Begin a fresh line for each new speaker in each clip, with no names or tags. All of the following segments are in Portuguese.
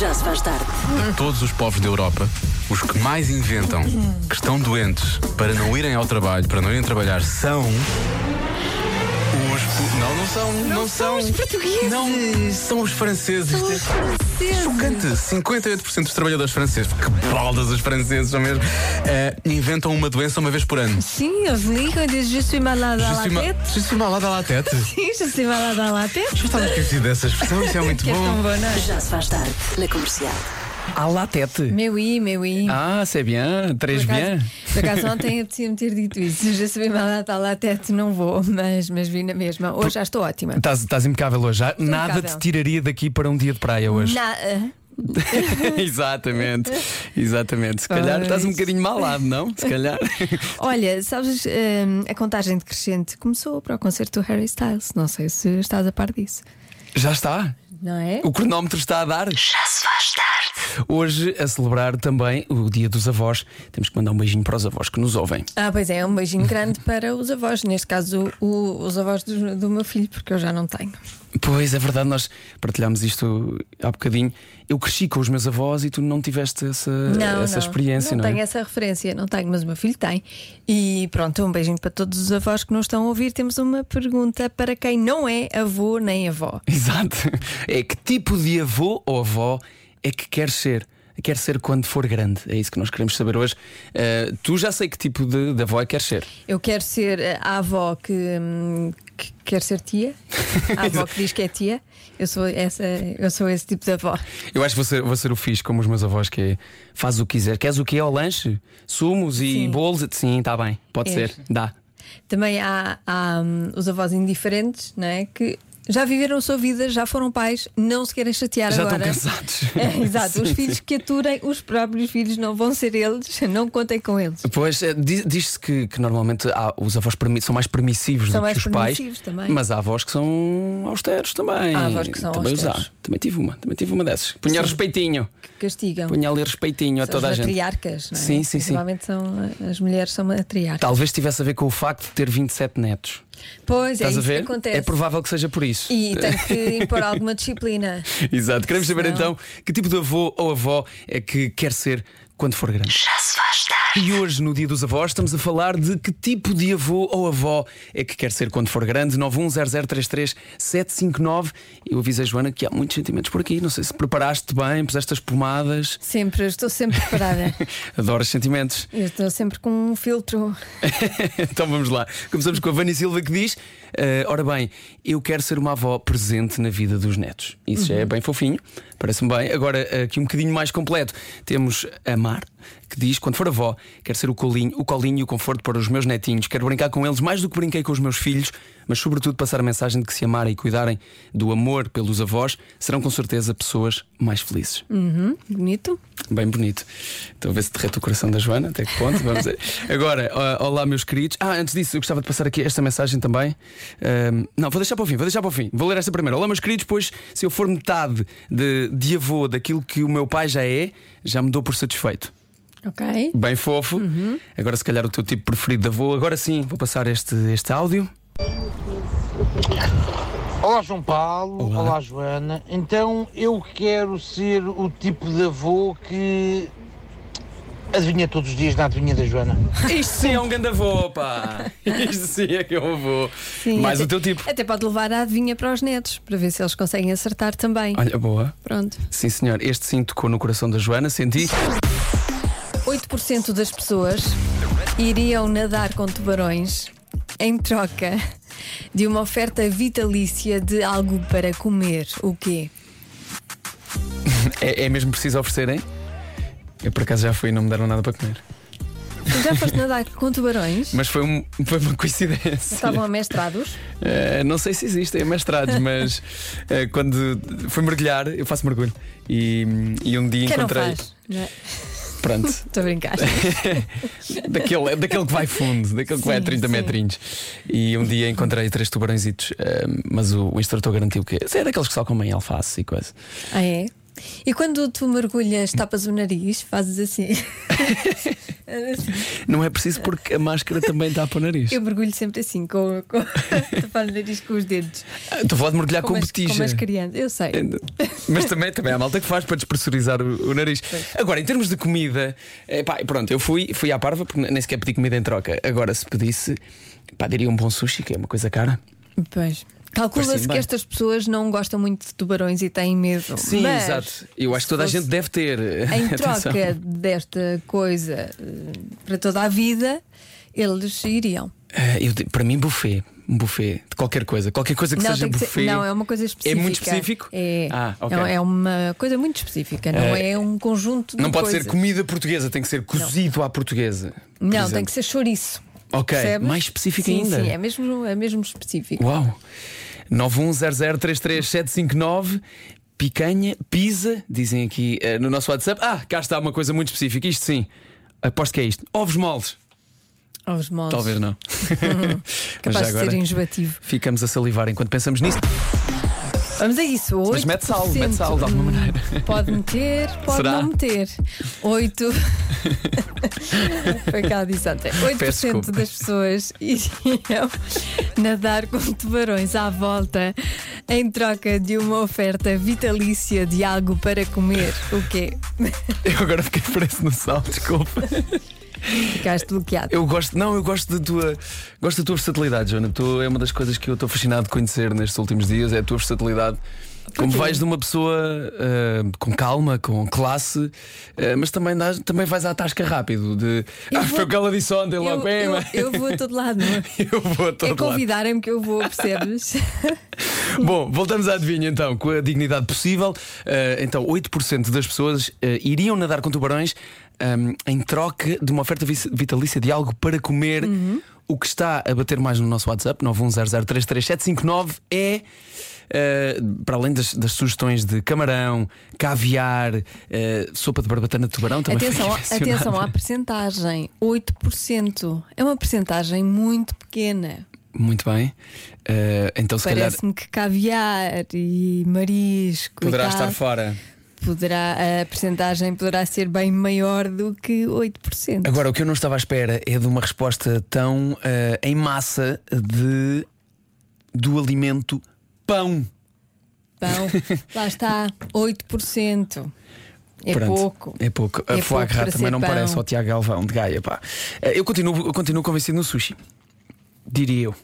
Já se faz tarde.
Todos os povos da Europa, os que mais inventam que estão doentes para não irem ao trabalho, para não irem trabalhar, são. os po- Não, não são. Não,
são os portugueses.
Não, são os franceses. Isto é
Franceses.
Chocante! 58% dos trabalhadores franceses, que baldas os franceses são mesmo, eh, inventam uma doença uma vez por ano.
Sim, eles ligam e dizem: Je suis malade à la
Justima-
tête.
Justima lá da latete.
Sim, je suis malade à la tête.
Estava esquecido dessa expressão, isso é muito
Que é tão
bom.
bom, não é?
Já se faz tarde na comercial.
Ah, la tête.
Mais oui, mais oui.
Ah, c'est bien, très
Por
bien.
acaso, por acaso ontem apetecia-me ter dito isso. Já sabia malade à la tête, não vou, mas, mas vim na mesma. Hoje já estou ótima.
Estás, estás impecável hoje. Já nada
impecável.
te tiraria daqui para um dia de praia hoje.
Na- ah,
exatamente, exatamente. Se calhar
Pois.
estás um bocadinho malado, não? Se calhar.
Olha, sabes, hum, a contagem decrescente começou para o concerto do Harry Styles. Não sei se estás a par disso.
Já está.
Não é?
O cronómetro está a dar.
Já se faz tarde.
Hoje, a celebrar também o Dia dos Avós, temos que mandar um beijinho para os avós que nos ouvem.
Ah, pois é, um beijinho grande para os avós, neste caso o- os avós do, do meu filho, porque eu já não tenho.
Pois é verdade, nós partilhámos isto há bocadinho. Eu cresci com os meus avós e tu não tiveste essa, essa experiência, não,
não tenho
é?
essa referência, não tenho, mas o meu filho tem. E pronto, um beijinho para todos os avós que nos estão a ouvir. Temos uma pergunta para quem não é avô nem avó.
Exato. É que tipo de avô ou avó é que quer ser? Quer ser quando for grande? É isso que nós queremos saber hoje. Eh, tu já sei que tipo de, de avó é que queres ser.
Eu quero ser eh, a avó que, hum, que quer ser tia, a avó que diz que é tia. Eu sou, essa, eu sou esse tipo de avó.
Eu acho que vou ser, vou ser o fixe, como os meus avós, que é faz o que quiser. Queres o que é ao lanche? Sumos e
Sim.
bolos? Sim, está bem. Pode
É.
ser. Dá.
Também há, há, hum, os avós indiferentes, não é? Que já viveram a sua vida, já foram pais, não se querem chatear
Já estão
agora.
cansados.
É, exato, os
Sim,
filhos
sim.
que aturem, os próprios filhos não vão ser eles, não contem com eles.
Pois, eh, di- diz-se que, que normalmente há- os avós permi- são mais permissivos
São
do
mais
que os pais,
permissivos também.
mas há avós que são austeros também.
Há avós que são
também os há.
austeros.
Também tive uma, também tive uma dessas. Punha respeitinho,
Que castigam.
punha ali respeitinho a
São
toda a
as
gente.
matriarcas, não é?
Sim, sim, sim.
Normalmente são as mulheres são matriarcas.
Talvez tivesse a ver com o facto de ter 27 netos.
Pois é,
Estás
isso
a ver?
que acontece.
É provável que seja por isso.
E tem que impor alguma disciplina.
Exato. Queremos saber
Senão-
então que tipo de avô ou avó é que quer ser quando for grande.
Já se faz tarde.
E hoje, no Dia dos Avós, estamos a falar de que tipo de avô ou avó é que quer ser quando for grande. 910033759. Eu avisei, Joana, que há muitos sentimentos por aqui. Não sei se preparaste bem, puseste as pomadas.
Sempre, eu estou sempre preparada.
Adoro os sentimentos.
Eu estou sempre com um filtro.
então vamos lá. Começamos com a Vani Silva que diz: eh, Ora bem, eu quero ser uma avó presente na vida dos netos. Isso já é bem fofinho, parece-me bem. Agora, eh, aqui um bocadinho mais completo, temos a Mar que diz: Quando for avó, quero ser o colinho, o colinho e o conforto para os meus netinhos. Quero brincar com eles mais do que brinquei com os meus filhos, mas sobretudo passar a mensagem de que se amarem e cuidarem do amor pelos avós, serão com certeza pessoas mais felizes.
Bonito.
Bem bonito. Então, a ver se derrete o coração da Joana, até que ponto. Vamos ver. Agora, ó- olá, meus queridos. Ah, antes disso, eu gostava de passar aqui esta mensagem também. Ahm, não, vou deixar para o fim, vou deixar para o fim. Vou ler esta primeira. Olá, meus queridos, pois se eu for metade de, de avô daquilo que o meu pai já é, já me dou por satisfeito.
Ok.
Bem fofo. Agora, se calhar, o teu tipo preferido de avô. Agora sim, vou passar este, este áudio.
Olá João Paulo,
Olá.
olá. Joana. Então eu quero ser o tipo de avô que adivinha todos os dias na adivinha da Joana.
Isto sim é um grande avô, pá. Isto sim é que é um avô.
Sim,
Mais
até-
o teu tipo.
Até pode levar a adivinha para os netos, para ver se eles conseguem acertar também.
Olha, boa.
Pronto.
Sim, senhor. Este sim tocou no coração da Joana, senti.
8% das pessoas iriam nadar com tubarões em troca de uma oferta vitalícia de algo para comer. O quê?
É, é mesmo preciso oferecerem? Eu por acaso já fui e não me deram nada para comer.
Tu já foste nadar com tubarões?
Mas foi, um- foi uma coincidência.
Estavam amestrados?
Eh, não sei se existem mestrados, mas eh, quando fui mergulhar, eu faço mergulho. E, e um dia
Quem não
encontrei.
faz? Não é?
Pronto,
Estou a brincar.
daquele, é daquele que vai fundo, daquele que vai a
Sim,
30
sim.
metrinhos. E um dia encontrei três tubarõezitos, eh, mas o, o instrutor garantiu que. É daqueles que só comem alface e coisa.
Ah, é? E quando tu mergulhas, tapas o nariz, fazes assim.
Não é preciso porque a máscara também dá para o nariz.
Eu mergulho sempre assim, com, com tapar o nariz com os dedos.
Ah, Estou a falar de mergulhar É com,
como, as,
botija. É,
como é as crianças. Eu sei.
Mas também, também há malta que faz para despressurizar o, o nariz. Agora, em termos de comida, eh, pá, pronto, eu fui, fui à parva porque nem sequer pedi comida em troca. Agora, se pedisse, pá, diria um bom sushi, que é uma coisa cara.
Pois.
Parece-me
Calcula-se que
bem.
estas pessoas não gostam muito de tubarões e têm medo.
Sim,
Mas,
exato. Eu acho que toda a
se
gente deve ter. eh,
Em
Atenção.
troca desta coisa eh, para toda a vida, eles iriam.
Eh, eu di- para mim, buffet. Um buffet de qualquer coisa. Qualquer coisa que
não,
seja
tem que ser-
buffet.
não, é uma coisa específica.
É muito específico?
É,
Ah, ok.
é, é uma coisa muito específica, não
Eh,
é um conjunto de
Não pode
coisas.
ser comida portuguesa, tem que ser cozido à portuguesa. por
Não,
exemplo.
tem que ser chouriço.
Ok,
percebes?
mais específico
Sim,
ainda.
Sim, é mesmo, é mesmo específico.
Uau! 910033759 Picanha, pizza, dizem aqui eh, no nosso WhatsApp. Ah, cá está uma coisa muito específica. Isto sim. Aposto que é isto. Ovos moles.
Aos moldes.
Talvez não. Mas já
Capaz de
agora
ser enjoativo.
ficamos a salivar enquanto pensamos nisto.
Vamos a isso. 8%,
Mas mete sal, mete sal de alguma
hum,
maneira.
Pode meter, pode
Será?
não meter. 8. Foi cá disse ontem. 8%
desculpa.
das pessoas iriam nadar com tubarões à volta em troca de uma oferta vitalícia de algo para comer. O quê?
Eu agora fiquei preso no sal, desculpa.
Ficaste bloqueado.
Eu gosto, não, eu gosto da tua, gosto da tua versatilidade, Joana. Tu, é uma das coisas que eu estou fascinado de conhecer nestes últimos dias, é a tua versatilidade. Como vais de uma pessoa ah, com calma, com classe, ah, mas também, dás- também vais à tasca rápido. De,
Eu
ah,
vou-
foi o que ela disse ontem, logo é,
eu,
mas-
eu vou a todo lado. não é?
eu vou a todo
É
lado.
convidarem-me que eu vou, percebes?
Bom, voltamos à adivinha então, com a dignidade possível. Ah, então, 8% das pessoas ah, iriam nadar com tubarões ahm, em troca de uma oferta vi- vitalícia de algo para comer.
Uhum.
O que está a bater mais no nosso WhatsApp, 910033759, é. ah, para além das, das sugestões de camarão, caviar, ah, sopa de barbatana de tubarão, também foi
Atenção,
mencionada.
atenção à percentagem, 8%. É uma percentagem muito pequena.
Muito bem. Ah, então, se calhar,
Parece-me que caviar e marisco e
poderá
tal,
estar fora.
poderá, a percentagem poderá ser bem maior do que 8%.
Agora, o que eu não estava à espera é de uma resposta tão eh, em massa de do alimento pão.
Pão, Então, lá está, 8%. É
Pronto,
pouco.
É pouco.
É
a foie
pouco para
gras também
ser
não
pão.
parece ao Tiago Galvão de Gaia. Pá. Eh, Eu continuo, eu continuo convencido no sushi, diria eu.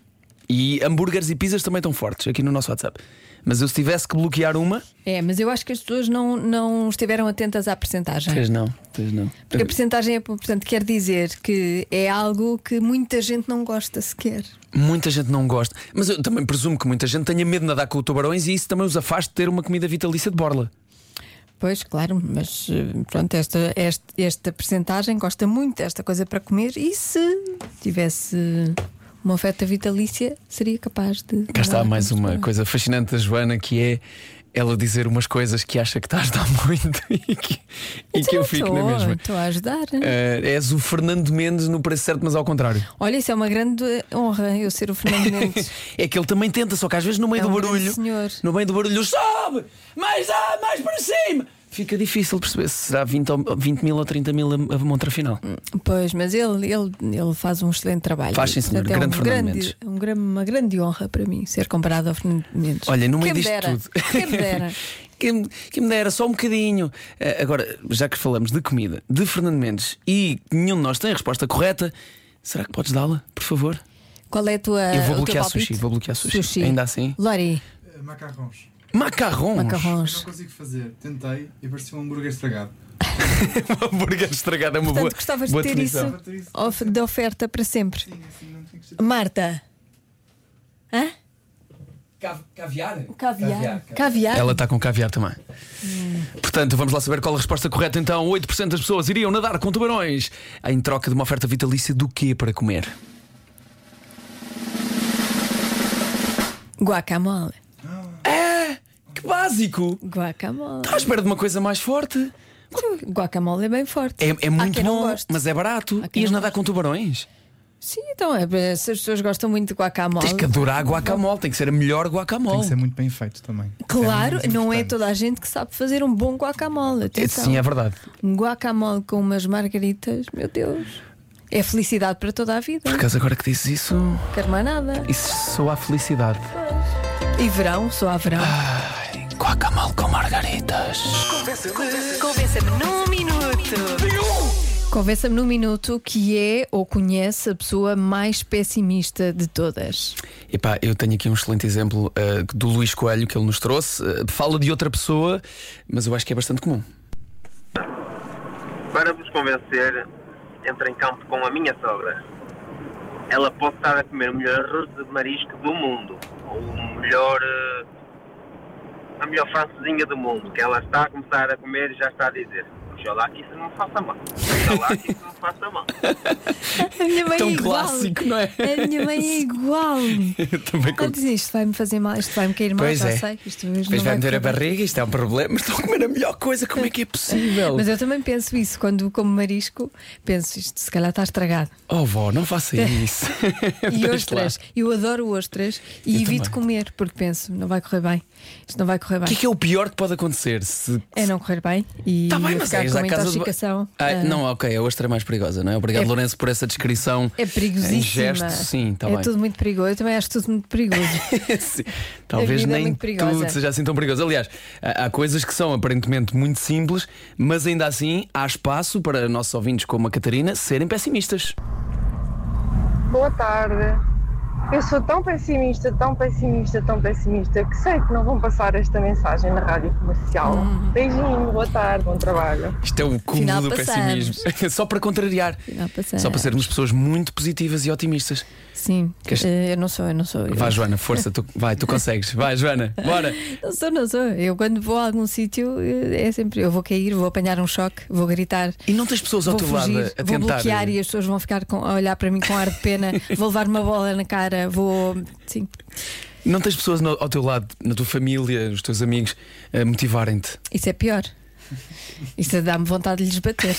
E hambúrgueres e pizzas também estão fortes aqui no nosso WhatsApp. Mas eu se tivesse que bloquear uma.
É, mas eu acho que as pessoas não, não estiveram atentas à percentagem.
não, pois não.
Porque a percentagem é, portanto, quer dizer que é algo que muita gente não gosta sequer.
Muita gente não gosta. Mas eu também presumo que muita gente tenha medo de nadar com tubarões e isso também os afaste de ter uma comida vitalícia de borla.
Pois, claro, mas eh, pronto, esta, este- esta percentagem gosta muito desta coisa para comer e se tivesse uma oferta vitalícia, seria capaz de.
Cá está
Não,
mais
não
uma
sei.
coisa fascinante da Joana que é ela dizer umas coisas que acha que estás a dar muito e que, e
Mas
que
Então
eu
não
fico
estou,
na mesma.
Estou a ajudar.
Eh, és o Fernando Mendes no preço certo, mas ao contrário.
Olha, isso é uma grande honra eu ser o Fernando Mendes.
É que ele também tenta, só que às vezes no
É
meio do
um grande
barulho,
senhor.
no meio do barulho, sobe! Mais dá, mais para cima! Fica difícil perceber se será 20, ou- 20 mil ou 30 mil a, a montra final.
pois, mas ele, ele, ele faz um excelente trabalho.
Faz, sim, senhor.
Portanto, é
Grande
um
Fernando
grande-
Mendes.
um grande- uma grande honra para mim ser comparado ao Fernando Mendes.
Olha, no
Quem
meio
me
disto
dera,
tudo.
Quem me dera.
Quem me- quem me dera só um bocadinho. Eh, Agora, já que falamos de comida, de Fernando Mendes e nenhum de nós tem a resposta correta, será que podes dá-la, por favor?
Qual é a tua.
Eu vou
o teu
bloquear
palpite?
sushi, vou bloquear sushi. Ainda assim. Hum.
Lori,
Eh, Macarrões.
Macarrões!
Eu não
macarrões.
consigo fazer. Tentei e parecia um hambúrguer estragado.
Um hambúrguer estragado é uma boa.
Portanto, gostavas de
boa
ter isso
definição.
of- de oferta para sempre.
Sim, assim não tem que ser.
Marta. Hã?
Caviar?
Caviar. Hum. Caviar.
Ela está com caviar também. Portanto, vamos lá saber qual a resposta correta. Então, 8% das pessoas iriam nadar com tubarões em troca de uma oferta vitalícia do quê para comer?
Guacamole.
Que básico!
Guacamole.
Estás à espera de uma coisa mais forte?
Guacamole é bem forte.
É, é
Há
muito
quem
bom,
não goste.
mas é barato.
Há quem
Ias
não
nadar com tubarões?
Sim, então é. Se as pessoas gostam muito de guacamole.
Tens que adorar guacamole, tem que ser a melhor guacamole.
Tem que ser muito bem feito também.
Oh. Claro,
Isso é muito
não é
importante.
toda a gente que sabe fazer um bom guacamole.
É,
Atenção.
Sim, é verdade.
Um guacamole com umas margaritas, meu Deus. É felicidade para toda a vida.
Por acaso agora que dizes isso,
Não quero mais nada.
isso soa a felicidade.
E verão, só há verão.
Ai, guacamole com margaritas.
Convença-me num minuto.
Convença-me num minuto que é ou conhece a pessoa mais pessimista de todas.
Epá, eu tenho aqui um excelente exemplo eh, do Luís Coelho que ele nos trouxe. Eh, fala de outra pessoa, mas eu acho que é bastante comum.
Para vos convencer, entro em campo com a minha sogra. Ela pode estar a comer o melhor arroz de marisco do mundo, ou o melhor. eh, a melhor francesinha do mundo, que ela está a começar a comer e já está a dizer. Oxalá que isso não me faça mal. Oxalá que isso não me faça mal.
A minha mãe
Tão
é igual.
clássico, não é?
A minha mãe é igual.
Também
Ela diz isto vai-me fazer mal, isto vai-me cair mal,
Pois
já
é.
sei. Isto
Depois
não
vai meter
correr
a
bem.
barriga, isto é um problema, mas estão a comer a melhor coisa, como é que é possível?
Mas eu também penso isso, quando como marisco, penso isto, se calhar está estragado.
Oh, vó, não faça isso.
E
Deixa lá.
ostras, eu adoro ostras e
Eu
evito
também.
comer, porque penso, não vai correr bem. Isto não vai correr
O
bem.
que é, que é o pior que pode acontecer? Se...
É não correr bem e
Tá bem,
eu
mas
ficar
é,
com
à
uma
casa de ba-
intoxicação.
Ai,
ah,
Não, ok, a ostra é mais perigosa, não é? Obrigado,
É-
Lourenço, por essa descrição.
É perigosíssima.
Em gesto, sim, tá
É
bem.
tudo muito perigoso. Eu também acho tudo muito perigoso.
Sim. Talvez
vida é
nem
muito perigosa.
tudo seja assim tão perigoso. Aliás, há há coisas que são aparentemente muito simples, mas ainda assim há espaço para nossos ouvintes como a Catarina serem pessimistas.
Boa tarde. Eu sou tão pessimista, tão pessimista, tão pessimista que sei que não vão passar esta mensagem na rádio comercial. Beijinho, boa tarde, bom trabalho.
Isto é o cúmulo
Afinal,
do
passamos.
pessimismo. Só para contrariar.
Afinal, passamos.
Só para sermos pessoas muito positivas e otimistas.
é. Sim,
Queres-
eh, eu não sou, eu não sou. Eu
Vai, Joana, força, tu, vai, tu consegues. Vai, Joana, bora.
Não sou, não sou. Eu quando vou a algum sítio eh, é sempre eu vou cair, vou apanhar um choque, vou gritar.
E não tens pessoas ao
Vou
teu
fugir,
lado a
vou
tentar. eh,
bloquear e as pessoas vão ficar com- a olhar para mim com ar de pena, vou levar uma bola na cara, vou. Sim.
Não tens pessoas no- ao teu lado, na tua família, os teus amigos, a motivarem-te.
Isso é pior. Isso dá-me vontade de lhes bater.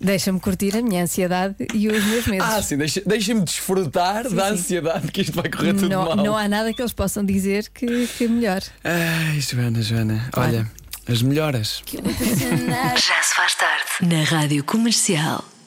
Deixa-me curtir a minha ansiedade e os meus medos.
Ah, sim, deixa- deixa-me desfrutar da
sim.
ansiedade que isto vai correr tudo
não,
mal.
não há nada que eles possam dizer que, que é melhor.
Ai, Joana, Joana,
Claro.
olha, as melhoras.
Já se faz tarde. Na Rádio Comercial.